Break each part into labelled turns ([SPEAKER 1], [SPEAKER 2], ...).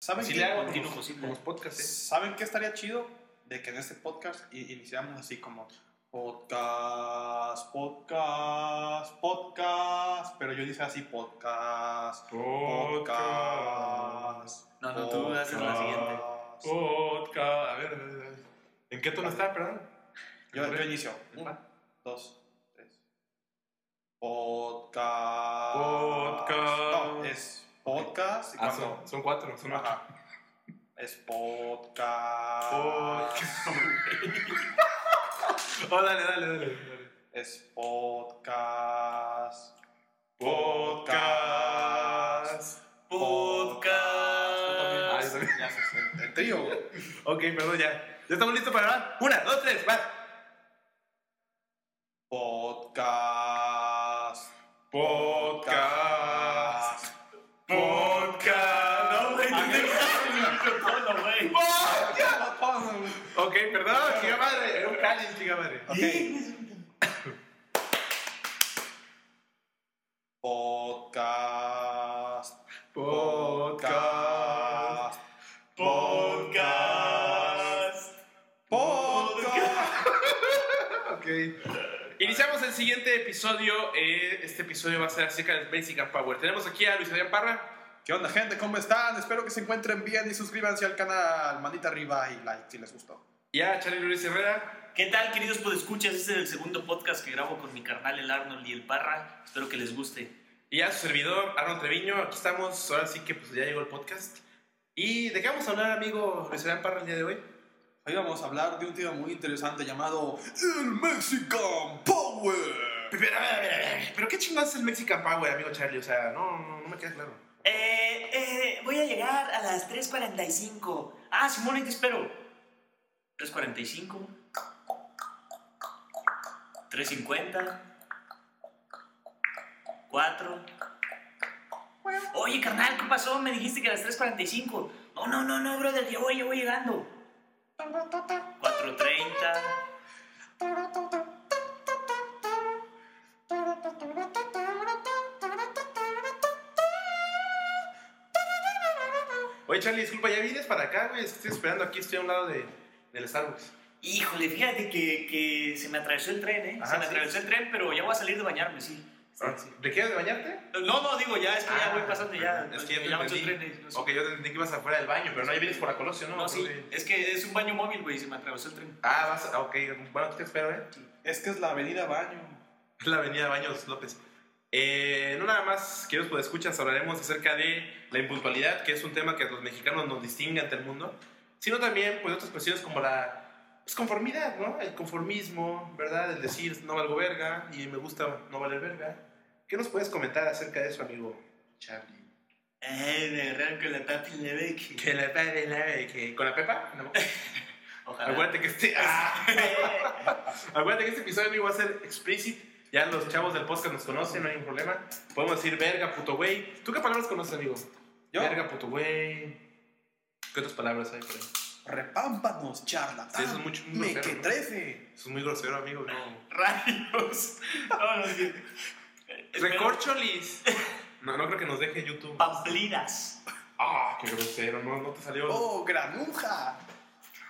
[SPEAKER 1] ¿Saben
[SPEAKER 2] Sí
[SPEAKER 1] qué?
[SPEAKER 2] le hago
[SPEAKER 1] Con
[SPEAKER 2] continuo
[SPEAKER 1] los- ¿eh?
[SPEAKER 2] con los podcasts,
[SPEAKER 1] ¿Saben qué estaría chido? De que en este podcast i- iniciamos así como podcast, podcast, podcast, pero yo dije así podcast,
[SPEAKER 2] ¿eh?
[SPEAKER 1] podcast.
[SPEAKER 3] No, no, tú haces la siguiente.
[SPEAKER 2] Podcast. A ver, a ver, a ver. ¿En qué tono está, perdón?
[SPEAKER 1] Yo, yo inicio. Uno, dos, tres. Podcast.
[SPEAKER 2] Podcast.
[SPEAKER 1] No, es podcast. y
[SPEAKER 2] Ah,
[SPEAKER 1] cuando-
[SPEAKER 2] son, son cuatro, son ocho.
[SPEAKER 1] Ajá. Es podcast.
[SPEAKER 2] Oh, dale, dale, dale. dale.
[SPEAKER 1] Es podcast.
[SPEAKER 2] Podcast. Ah, yo
[SPEAKER 1] Podcast.
[SPEAKER 2] también.
[SPEAKER 1] Ya se siente. En trío, güey.
[SPEAKER 2] Ok, perdón, ya. ¿Ya estamos listos para grabar? Una, dos, tres, va.
[SPEAKER 1] Podcast.
[SPEAKER 2] Podcast. Podcast. No, güey, no sé.
[SPEAKER 3] güey.
[SPEAKER 2] Ok, perdón, chica madre. Era un challenge, chica madre.
[SPEAKER 1] Ok. Podcast.
[SPEAKER 2] Podcast.
[SPEAKER 1] Podcast. Podcast.
[SPEAKER 2] Ok. Iniciamos el siguiente episodio. eh, este episodio va a ser acerca del Basic and Power. Tenemos aquí a Luis Adrián Parra.
[SPEAKER 1] ¿Qué onda, gente? ¿Cómo están? Espero que se encuentren bien y suscríbanse al canal. Manita arriba y like si les gustó.
[SPEAKER 2] Y a Charlie Luis Herrera.
[SPEAKER 3] ¿Qué tal, queridos podescuchas? Este es el segundo podcast que grabo con mi carnal el Arnold y el Parra. Espero que les guste.
[SPEAKER 2] Y a su servidor, Arnold Treviño. Aquí estamos. Ahora sí que pues, ya llegó el podcast. ¿Y de qué vamos a hablar, amigo Luis Adrián Parra, el día de hoy?
[SPEAKER 1] Hoy vamos a hablar de un tema muy interesante llamado El Mexican Power.
[SPEAKER 2] Pero, a ver, a ver, a ver, pero qué chingados es el Mexican Power, amigo Charlie. O sea, no, no, no me queda claro.
[SPEAKER 3] Eh, eh, voy a llegar a las 3.45. Ah, Simón, ahí te espero. 3.45. 3.50. 4. Oye, carnal, ¿qué pasó? Me dijiste que a las 3.45. No, no, no, no, brother, yo voy, yo voy llegando. 4.30.
[SPEAKER 4] あ
[SPEAKER 2] Oye, Charlie, disculpa, ¿ya vienes para acá, güey? Es que Estoy esperando aquí, estoy a un lado de, del Starbucks.
[SPEAKER 3] Híjole, fíjate que, que se me atravesó el tren, ¿eh?
[SPEAKER 2] Ajá,
[SPEAKER 3] se me
[SPEAKER 2] sí.
[SPEAKER 3] atravesó el tren, pero ya voy a salir de bañarme, sí. Sí,
[SPEAKER 2] Ah,
[SPEAKER 3] sí.
[SPEAKER 2] ¿Te quieres de bañarte?
[SPEAKER 3] No, no, digo, ya es que ya
[SPEAKER 2] Ah,
[SPEAKER 3] voy pasando ya.
[SPEAKER 2] Es que ya te
[SPEAKER 3] ya muchos
[SPEAKER 2] entendí.
[SPEAKER 3] trenes. no sé.
[SPEAKER 2] Ok, yo te entendí que ibas afuera del baño, pero no, ya vienes por la Colosio, ¿no?
[SPEAKER 3] No, sí,
[SPEAKER 2] Porque-
[SPEAKER 3] es que es un baño móvil, güey, se me atravesó el tren.
[SPEAKER 2] Ah, vas, ah, ok, bueno, aquí te espero, ¿eh?
[SPEAKER 1] Es que es la avenida Baño.
[SPEAKER 2] La avenida Baños López. Eh, no nada más, queridos escuchas, hablaremos acerca de la impuntualidad, que es un tema que a los mexicanos nos distingue ante el mundo, sino también, pues, otras cuestiones como la pues, conformidad, ¿no? El conformismo, ¿verdad? El decir, no valgo verga, y me gusta no valer verga. ¿Qué nos puedes comentar acerca de eso, amigo Charlie?
[SPEAKER 3] Eh, me agarraron con la papi le ve
[SPEAKER 2] Que la padre la que... ¿Con la pepa? No.
[SPEAKER 3] Ojalá.
[SPEAKER 2] Acuérdate que este... Acuérdate que este episodio amigo, va a ser explícit. Ya los chavos del podcast nos conocen, no hay ningún problema. Podemos decir verga, puto güey. ¿Tú qué palabras conoces, amigo?
[SPEAKER 1] Yo,
[SPEAKER 2] Verga, puto güey. ¿Qué otras palabras hay por ahí?
[SPEAKER 1] repámpanos, charlatán.
[SPEAKER 2] Sí, eso es mucho- muy
[SPEAKER 1] Ah, me
[SPEAKER 2] grosero,
[SPEAKER 1] que
[SPEAKER 2] ¿no?
[SPEAKER 1] trece.
[SPEAKER 2] Eso es muy grosero, amigo. No.
[SPEAKER 3] Rayos. No, no, sí.
[SPEAKER 2] Recorcholis. No, no creo que nos deje YouTube.
[SPEAKER 3] Pamplinas.
[SPEAKER 2] Ah, qué grosero. No, no te salió.
[SPEAKER 1] Oh, granuja.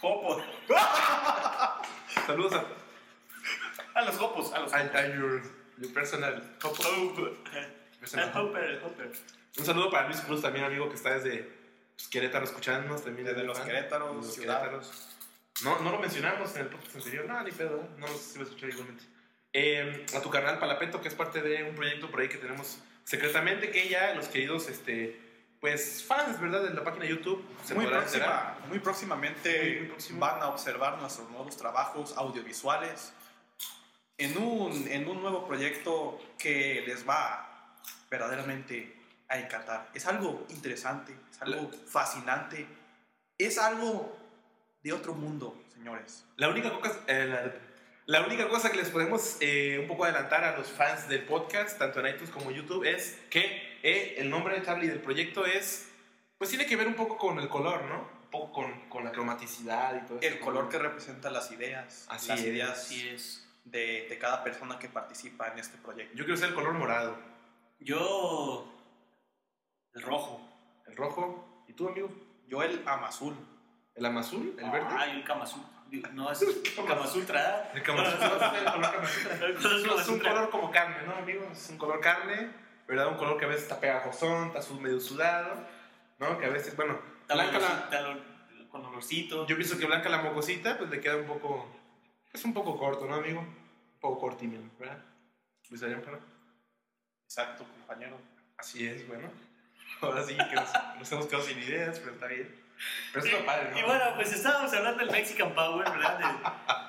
[SPEAKER 3] Jopo.
[SPEAKER 2] Saludos a,
[SPEAKER 3] A los jopos, a los
[SPEAKER 2] a- a your, your personal.
[SPEAKER 3] jopos.
[SPEAKER 1] Ah, oh,
[SPEAKER 3] Al
[SPEAKER 2] personal-
[SPEAKER 3] hopper, al hopper.
[SPEAKER 2] Un saludo para Luis Cruz también, amigo, que está desde pues, Querétaro escuchándonos. También
[SPEAKER 1] Desde los
[SPEAKER 2] fan.
[SPEAKER 1] Querétaros,
[SPEAKER 2] Los
[SPEAKER 1] ciudad.
[SPEAKER 2] Querétaros. No, no lo mencionamos en el podcast anterior. No, ni pedo. ¿eh? No sé si lo escuché igualmente. Eh, a tu carnal Palapeto, que es parte de un proyecto por ahí que tenemos secretamente, que ya los queridos este, pues, fans, ¿verdad? De la página de YouTube se
[SPEAKER 1] Muy,
[SPEAKER 2] podrán
[SPEAKER 1] próxima-
[SPEAKER 2] enterar.
[SPEAKER 1] muy próximamente
[SPEAKER 2] Muy, muy próximo.
[SPEAKER 1] van a observar nuestros nuevos trabajos audiovisuales en un, en un nuevo proyecto que les va verdaderamente a encantar. Es algo interesante, es algo fascinante, es algo de otro mundo, señores.
[SPEAKER 2] La única cosa, eh, la, la única cosa que les podemos eh, un poco adelantar a los fans del podcast, tanto en iTunes como YouTube, es que eh, el nombre de Charlie del proyecto es, pues tiene que ver un poco con el color, ¿no? Un poco con, con la cromaticidad y todo
[SPEAKER 1] El color que representa las ideas,
[SPEAKER 2] Así
[SPEAKER 1] las
[SPEAKER 2] es,
[SPEAKER 1] ideas
[SPEAKER 3] Así es.
[SPEAKER 1] de, de cada persona que participa en este proyecto.
[SPEAKER 2] Yo quiero ser el color morado,
[SPEAKER 3] Yo. El rojo.
[SPEAKER 2] el rojo. ¿Y tú, amigo?
[SPEAKER 1] Yo el Amazul.
[SPEAKER 2] ¿El amazul? ¿El verde?
[SPEAKER 3] Ah, yo el camazul. Digo, No, es camazultra.
[SPEAKER 2] El camasutra, el color camasutra. Es un
[SPEAKER 3] Camazultra.
[SPEAKER 2] color como carne, ¿no, amigos? Es un color carne, ¿verdad? Un color que a veces está pegajosón, está su- medio sudado, ¿no? Que a veces, bueno, blanca la-
[SPEAKER 3] Con olorcito.
[SPEAKER 2] yo pienso que blanca la mocosita, pues le queda un poco, es un poco corto, ¿no, amigo? Un poco cortimino, ¿verdad? Pues, Luis Adrián Parra.
[SPEAKER 1] Exacto, compañero.
[SPEAKER 2] Así es, bueno. Ahora sí que nos, nos hemos quedado sin ideas, pero está bien. Pero es lo padre, ¿no?
[SPEAKER 3] Y bueno, pues estábamos hablando del Mexican Power, ¿verdad?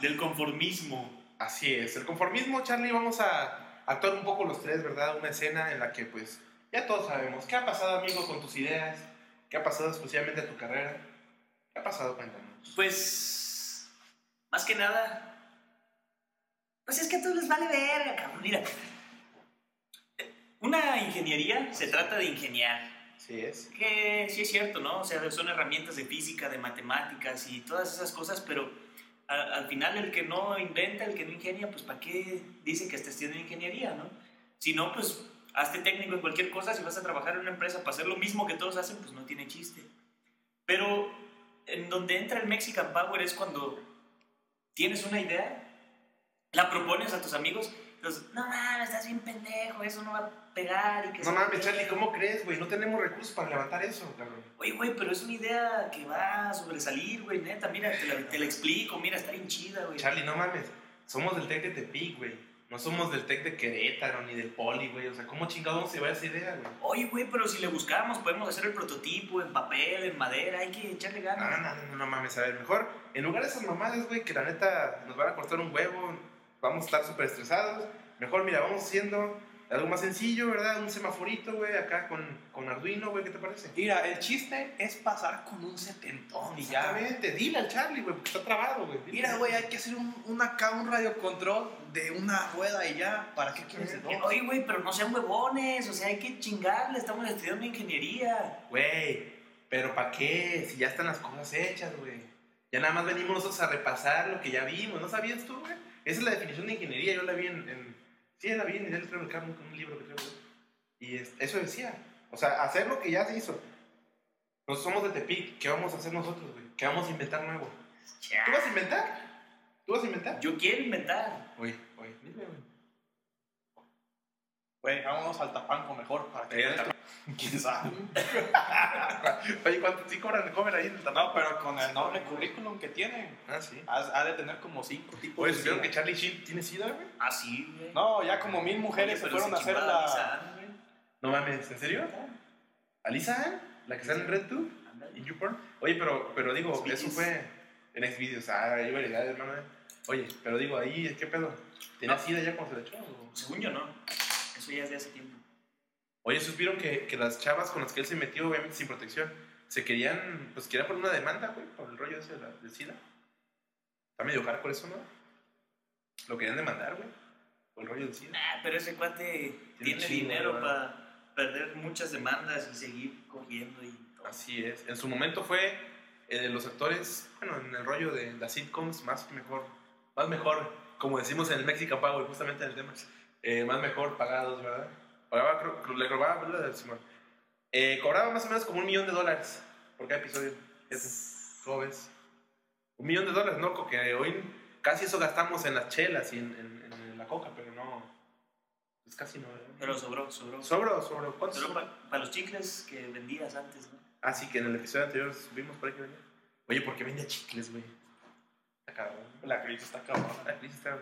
[SPEAKER 3] Del, del conformismo.
[SPEAKER 2] Así es, el conformismo, Charlie, vamos a actuar un poco los tres, ¿verdad? Una escena en la que, pues, ya todos sabemos. ¿Qué ha pasado, amigo, con tus ideas? ¿Qué ha pasado exclusivamente a tu carrera? ¿Qué ha pasado, cuéntanos?
[SPEAKER 3] Pues, más que nada, pues es que a todos les vale verga, cabrón. Mira, una ingeniería se trata de ingeniar.
[SPEAKER 2] Así es.
[SPEAKER 3] Que sí es cierto, ¿no? O sea, son herramientas de física, de matemáticas y todas esas cosas, pero a- al final el que no inventa, el que no ingenia, pues ¿para qué dice que estés haciendo ingeniería, no? Si no, pues hazte técnico en cualquier cosa, si vas a trabajar en una empresa para hacer lo mismo que todos hacen, pues no tiene chiste. Pero en donde entra el Mexican Power es cuando tienes una idea, la propones a tus amigos, entonces, no mames, estás bien pendejo, eso no va a pegar y que
[SPEAKER 2] No
[SPEAKER 3] se-
[SPEAKER 2] mames, Charlie, ¿cómo crees, güey? No tenemos recursos para levantar eso, cabrón.
[SPEAKER 3] Oye, güey, pero es una idea que va a sobresalir, güey, neta. Mira, te la, te la explico, mira, está bien chida, güey.
[SPEAKER 2] Charlie, no mames. Somos del Tec de Tepic, güey. No somos del Tec de Querétaro ni del Poli, güey. O sea, ¿cómo chingados se va esa idea, güey?
[SPEAKER 3] Oye, güey, pero si le buscamos, podemos hacer el prototipo en papel, en madera, hay que echarle
[SPEAKER 2] No, no,
[SPEAKER 1] Ah,
[SPEAKER 3] ganas.
[SPEAKER 2] no, no, no mames, a ver, mejor en lugar de esas mamadas, güey, que la neta nos van a cortar un huevo, vamos a estar súper estresados, mejor mira, vamos haciendo algo más sencillo, ¿verdad? Un semaforito, güey, acá con, con Arduino, güey, ¿qué te parece?
[SPEAKER 1] Mira, el chiste es pasar con un setentón y ya.
[SPEAKER 2] Exactamente, dile al Charlie, güey, porque está trabado, güey. dile.
[SPEAKER 1] Mira, güey, hay que hacer un, un acá, un radiocontrol de una rueda y ya. ¿Para qué quieres de dos?
[SPEAKER 3] Eh, Oye, güey, pero no sean huevones, o sea, hay que chingarle, estamos estudiando ingeniería.
[SPEAKER 2] Güey, pero ¿para qué? Si ya están las cosas hechas, güey. Ya nada más venimos nosotros a repasar lo que ya vimos, ¿no sabías tú, güey? Esa es la definición de ingeniería, yo la vi en... en- sí, la vi en el creo, en el campo, con un libro que creo. güey. Y es- eso decía, o sea, hacer lo que ya se hizo. Nosotros somos de Tepic, ¿qué vamos a hacer nosotros, güey? ¿Qué vamos a inventar nuevo? ¿Tú vas a inventar? ¿Tú vas a inventar?
[SPEAKER 3] Yo quiero inventar.
[SPEAKER 2] Oye, oye, dime, güey.
[SPEAKER 1] Güey, vámonos al tapanco mejor. Para que
[SPEAKER 2] Eh, al
[SPEAKER 1] ¿Quién sabe?
[SPEAKER 2] Oye, ¿cuánto sí cobran comer ahí en el tabaco?
[SPEAKER 1] No, pero con el enorme currículum que tiene,
[SPEAKER 2] Ah, sí. Pues
[SPEAKER 1] ha, ha de tener como cinco tipos
[SPEAKER 2] Oye,
[SPEAKER 1] de
[SPEAKER 2] ¿supieron que
[SPEAKER 1] sida.
[SPEAKER 2] Charlie Sheen tiene sida, güey?
[SPEAKER 3] Ah, sí, güey.
[SPEAKER 1] No, ya como mil mujeres
[SPEAKER 3] Oye,
[SPEAKER 1] se
[SPEAKER 3] pero
[SPEAKER 1] fueron a hacer
[SPEAKER 3] chingó a
[SPEAKER 1] la...
[SPEAKER 3] Lisa, güey.
[SPEAKER 2] No mames, ¿en serio? ¿Alisa? ¿La que sale en Red Tube?
[SPEAKER 3] Ándale.
[SPEAKER 2] ¿En YouPorn? Oye, pero, pero digo,
[SPEAKER 3] Xvideos.
[SPEAKER 2] eso fue en Xvideos. Ah, hay variedad, hermano. Oye, pero digo, ahí, ¿qué pedo? ¿Tenía sida ya cuando se le echó? o?
[SPEAKER 3] Según yo, no. Eso ya es de hace tiempo.
[SPEAKER 2] Oye, supieron que, que las chavas con las que él se metió, obviamente sin protección, se querían, pues querían poner una demanda, güey, por el rollo ese de la, del sida. Está medio hardcore eso, ¿no? Lo querían demandar, güey, por el rollo del sida.
[SPEAKER 3] Ah, pero ese cuate tiene,
[SPEAKER 2] Tiene chingo,
[SPEAKER 3] dinero
[SPEAKER 2] ¿verdad?
[SPEAKER 3] para perder muchas demandas y seguir cogiendo y todo.
[SPEAKER 2] Así es. En su momento fue eh, de los actores, bueno, en el rollo de las sitcoms, más que mejor, más mejor, como decimos en el Mexican Power, justamente en el tema, eh, más mejor pagados, ¿verdad? Cobraba, creo- creo- le cobraba, ¿verdad, Simón? Eh, cobraba más o menos como un millón de dólares por cada episodio. Fíjate, ¿Cómo ves? Un millón de dólares, ¿no? Que hoy casi eso gastamos en las chelas y en, en- en la coca, pero no. Pues casi no, ¿verdad?
[SPEAKER 3] Pero sobró, sobró.
[SPEAKER 2] sobro, sobro. ¿Cuánto?
[SPEAKER 3] Sobró para los chicles que vendías antes, ¿no?
[SPEAKER 2] Así Ah, que en el episodio anterior subimos por ahí que venía. Oye, ¿por qué vendía chicles, güey? Está cabrón.
[SPEAKER 1] La crisis está cabrona.
[SPEAKER 2] La crisis está,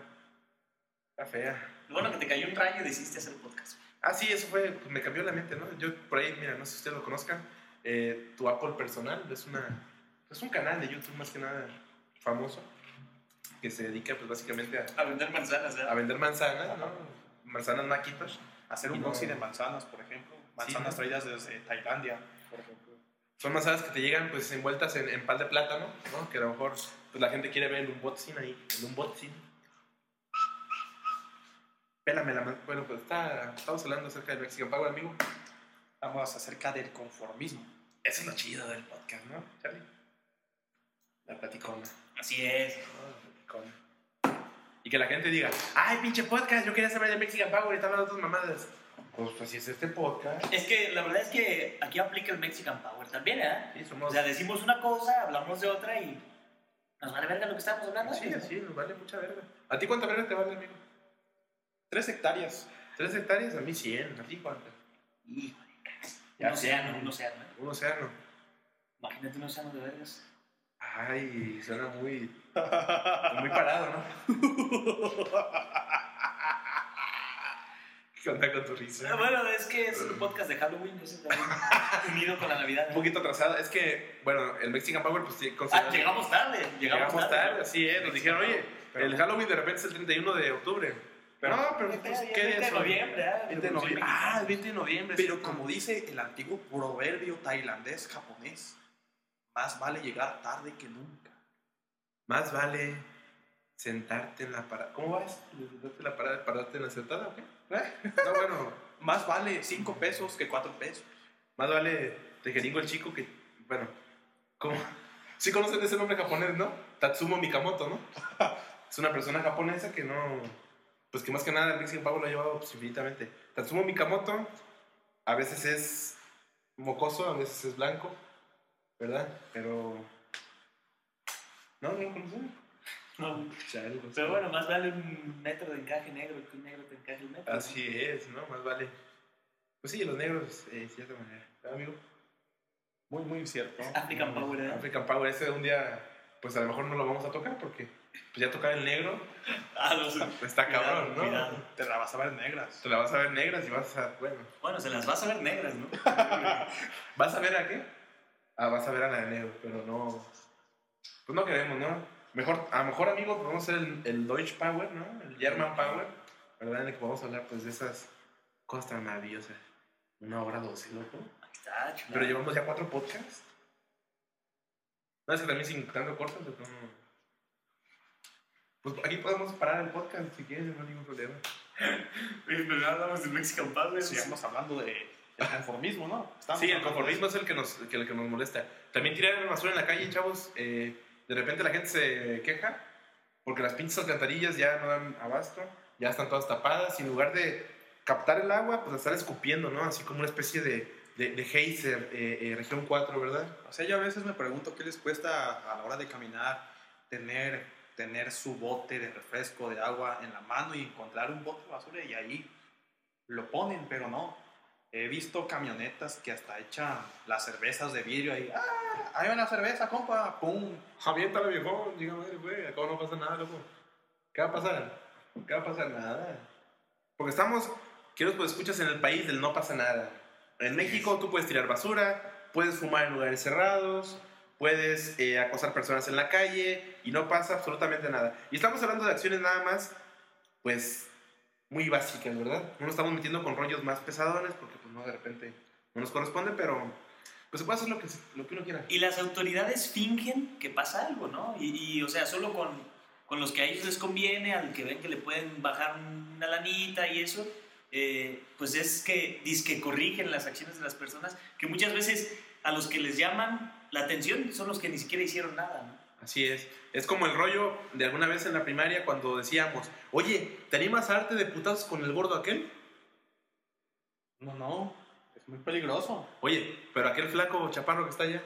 [SPEAKER 2] está fea.
[SPEAKER 3] Lo bueno que te cayó un rayo y decidiste hacer podcast.
[SPEAKER 2] Ah, sí, eso fue. pues, me cambió la mente, ¿no? Yo por ahí, mira, no sé si ustedes lo conozcan. eh, tu Apple personal es una. Es un canal de YouTube más que nada famoso. Que se dedica, pues básicamente a,
[SPEAKER 3] A vender manzanas,
[SPEAKER 2] a
[SPEAKER 3] ¿verdad?
[SPEAKER 2] vender manzanas, ¿no? Manzanas maquitas.
[SPEAKER 1] Hacer un
[SPEAKER 2] Y no-
[SPEAKER 1] boxy de manzanas, por ejemplo. Manzanas
[SPEAKER 2] ¿no?
[SPEAKER 1] traídas desde Tailandia, por ejemplo.
[SPEAKER 2] Son manzanas que te llegan pues envueltas en, en pan de plátano, ¿no? Que a lo mejor pues, la gente quiere ver en un botzin ahí, en un botzin. Pélame la man- Bueno, pues está, estamos hablando acerca del Mexican Power, amigo.
[SPEAKER 1] Estamos acerca del conformismo.
[SPEAKER 2] Eso es lo chido del podcast, ¿no, Charlie? La platicona.
[SPEAKER 3] Así es.
[SPEAKER 2] ¿no? La platicona. Y que la gente diga, ay, pinche podcast, yo quería saber del Mexican Power y están hablando de tus mamadas. Pues así es este podcast.
[SPEAKER 3] Es que la verdad es que aquí aplica el Mexican Power también, ¿eh?
[SPEAKER 2] Sí,
[SPEAKER 3] O
[SPEAKER 2] somos.
[SPEAKER 3] sea, decimos una cosa, hablamos de otra y nos vale verga lo que estamos hablando.
[SPEAKER 2] Ah, sí,
[SPEAKER 3] ¿no?
[SPEAKER 2] así, nos vale mucha verga. ¿A ti cuánta verga te vale, amigo?
[SPEAKER 1] Tres hectáreas.
[SPEAKER 2] ¿Tres hectáreas? A mí 100. ¿A ti cuántas?
[SPEAKER 3] Híjole.
[SPEAKER 2] Ya
[SPEAKER 3] Un océano,
[SPEAKER 2] sé.
[SPEAKER 3] un océano. ¿eh?
[SPEAKER 2] Un océano.
[SPEAKER 3] Imagínate un océano de vergas.
[SPEAKER 2] Ay, suena muy. muy parado, ¿no? ¿Qué onda con tu
[SPEAKER 3] Pero
[SPEAKER 2] risa?
[SPEAKER 3] Ah, bueno, es que es un podcast de Halloween, ese también. unido con la Navidad.
[SPEAKER 2] Un
[SPEAKER 3] ¿no?
[SPEAKER 2] poquito atrasada. Es que, bueno, el Mexican Power, pues sí,
[SPEAKER 3] Ah,
[SPEAKER 2] considerando-
[SPEAKER 3] llegamos tarde.
[SPEAKER 2] Llegamos, tarde, así es. Nos dijeron, oye,
[SPEAKER 1] Pero-
[SPEAKER 2] el Halloween de repente es el 31 de octubre.
[SPEAKER 1] Pero-
[SPEAKER 2] no, pero
[SPEAKER 3] Veinte-
[SPEAKER 2] pues, ¿qué
[SPEAKER 3] veinte
[SPEAKER 2] día
[SPEAKER 3] de
[SPEAKER 2] es hoy?
[SPEAKER 3] noviembre, ¿eh?
[SPEAKER 2] 20 de noviembre. Ah, el 20 de noviembre.
[SPEAKER 1] Pero
[SPEAKER 2] sí.
[SPEAKER 1] como dice el antiguo proverbio tailandés japonés, más vale llegar tarde que nunca.
[SPEAKER 2] Más vale sentarte en la parada. ¿Cómo vas? ¿De ¿Sentarte en la parada? ¿Pararte en la sentada o qué?
[SPEAKER 3] ¿Eh?
[SPEAKER 2] No, bueno.
[SPEAKER 1] Más vale cinco pesos que cuatro pesos.
[SPEAKER 2] Más vale Tejeringo el chico que. Bueno. ¿Cómo? Sí conocen ese nombre japonés, ¿no? Tatsumo Mikamoto, ¿no? Es una persona japonesa que no. Pues que más que nada el Mexican Power lo ha llevado pues, infinitamente. Tatsumo Mikamoto a veces es mocoso, a veces es blanco, ¿verdad? Pero. No, no lo conocen.
[SPEAKER 3] No.
[SPEAKER 2] Chale, pues,
[SPEAKER 3] Pero bueno, más vale un metro de encaje negro que un negro te encaje el metro.
[SPEAKER 2] Así es, ¿no? Más vale. Pues sí, los negros, eh, de cierta manera. ¿Verdad, amigo?
[SPEAKER 1] Muy, muy cierto.
[SPEAKER 3] African Power, ¿eh?
[SPEAKER 2] African Power, ese un día, pues a lo mejor no lo vamos a tocar porque pues ya tocar el negro
[SPEAKER 3] Ah, los-
[SPEAKER 2] pues, está
[SPEAKER 3] Cuidado,
[SPEAKER 2] cabrón, ¿no?
[SPEAKER 3] cuidado.
[SPEAKER 1] Te la vas a ver negras.
[SPEAKER 2] Te la vas a ver negras y vas a, bueno,
[SPEAKER 3] Bueno, se las vas a ver negras, ¿no?
[SPEAKER 2] ¿vas a ver a qué? Ah, vas a ver a la de negro, pero no, pues no queremos, ¿no? Mejor, a lo mejor, amigos, podemos hacer el, el Deutsche Power, ¿no? El German Power, ¿verdad? En el que vamos a hablar, pues, de esas cosas tan maravillosas. Una hora doce, loco.
[SPEAKER 3] Está chulada.
[SPEAKER 2] Pero llevamos ya cuatro podcasts. No, es que también sin tanto cortos, pues no. Pues aquí podemos parar el podcast si quieres, no hay ningún problema.
[SPEAKER 3] Oye, Pero ya hablamos de Mexican Power.
[SPEAKER 1] Sigamos hablando de del conformismo, ¿no? Estamos
[SPEAKER 2] Sí, el
[SPEAKER 1] hablando
[SPEAKER 2] conformismo es el que nos, que, el que nos molesta. También tirar la basura en la calle, chavos. eh, de repente la gente se queja porque las pinches alcantarillas ya no dan abasto, ya están todas tapadas y en lugar de captar el agua, pues la están escupiendo, ¿no? Así como una especie de, de, de geyser, eh, eh, región 4, ¿verdad?
[SPEAKER 1] de- O sea, yo a veces me pregunto qué les cuesta a la hora de caminar tener, tener su bote de refresco, de agua en la mano y encontrar un bote de basura y ahí lo ponen, pero no. He visto camionetas que hasta echan las cervezas de vidrio ahí. ¡Ah! Hay una cerveza, compa. ¡Pum!
[SPEAKER 2] Aviéntala, viejo. Diga, madre, güey. Acá no pasa nada, loco. ¿Qué va a pasar? ¿Qué va a pasar? Nada. Porque estamos, quiero que escuchas en el país del no pasa nada. En México tú puedes tirar basura, puedes fumar en lugares cerrados, puedes eh, acosar personas en la calle y no pasa absolutamente nada. Y estamos hablando de acciones nada más, pues, muy básicas, ¿verdad? No nos estamos metiendo con rollos más pesadones porque, pues, no, de repente no nos corresponde, pero, pues, se puede hacer lo que, lo que uno quiera.
[SPEAKER 3] Y las autoridades fingen que pasa algo, ¿no? Y, y, o sea, solo con, con los que a ellos les conviene, al que ven que le pueden bajar una lanita y eso, eh, pues es que que corrigen las acciones de las personas, que muchas veces a los que les llaman la atención son los que ni siquiera hicieron nada, ¿no?
[SPEAKER 2] Así es. Es como el rollo de alguna vez en la primaria cuando decíamos, oye, ¿te animas a darte de putazos con el gordo aquel?
[SPEAKER 1] No, no. Es muy peligroso.
[SPEAKER 2] Oye, pero aquel flaco chaparro que está allá.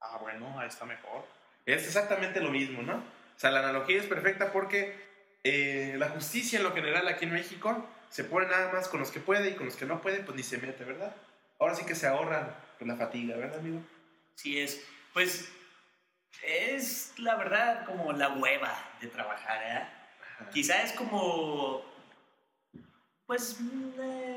[SPEAKER 1] Ah, bueno, ahí está mejor.
[SPEAKER 2] Es exactamente lo mismo, ¿no? O sea, la analogía es perfecta porque eh, la justicia en lo general aquí en México se pone nada más con los que puede y con los que no puede, pues ni se mete, ¿verdad? Ahora sí que se ahorran pues, la fatiga, ¿verdad, amigo?
[SPEAKER 3] Sí es. Pues es la verdad como la hueva de trabajar, ¿eh? Quizá es como, pues, mm, eh,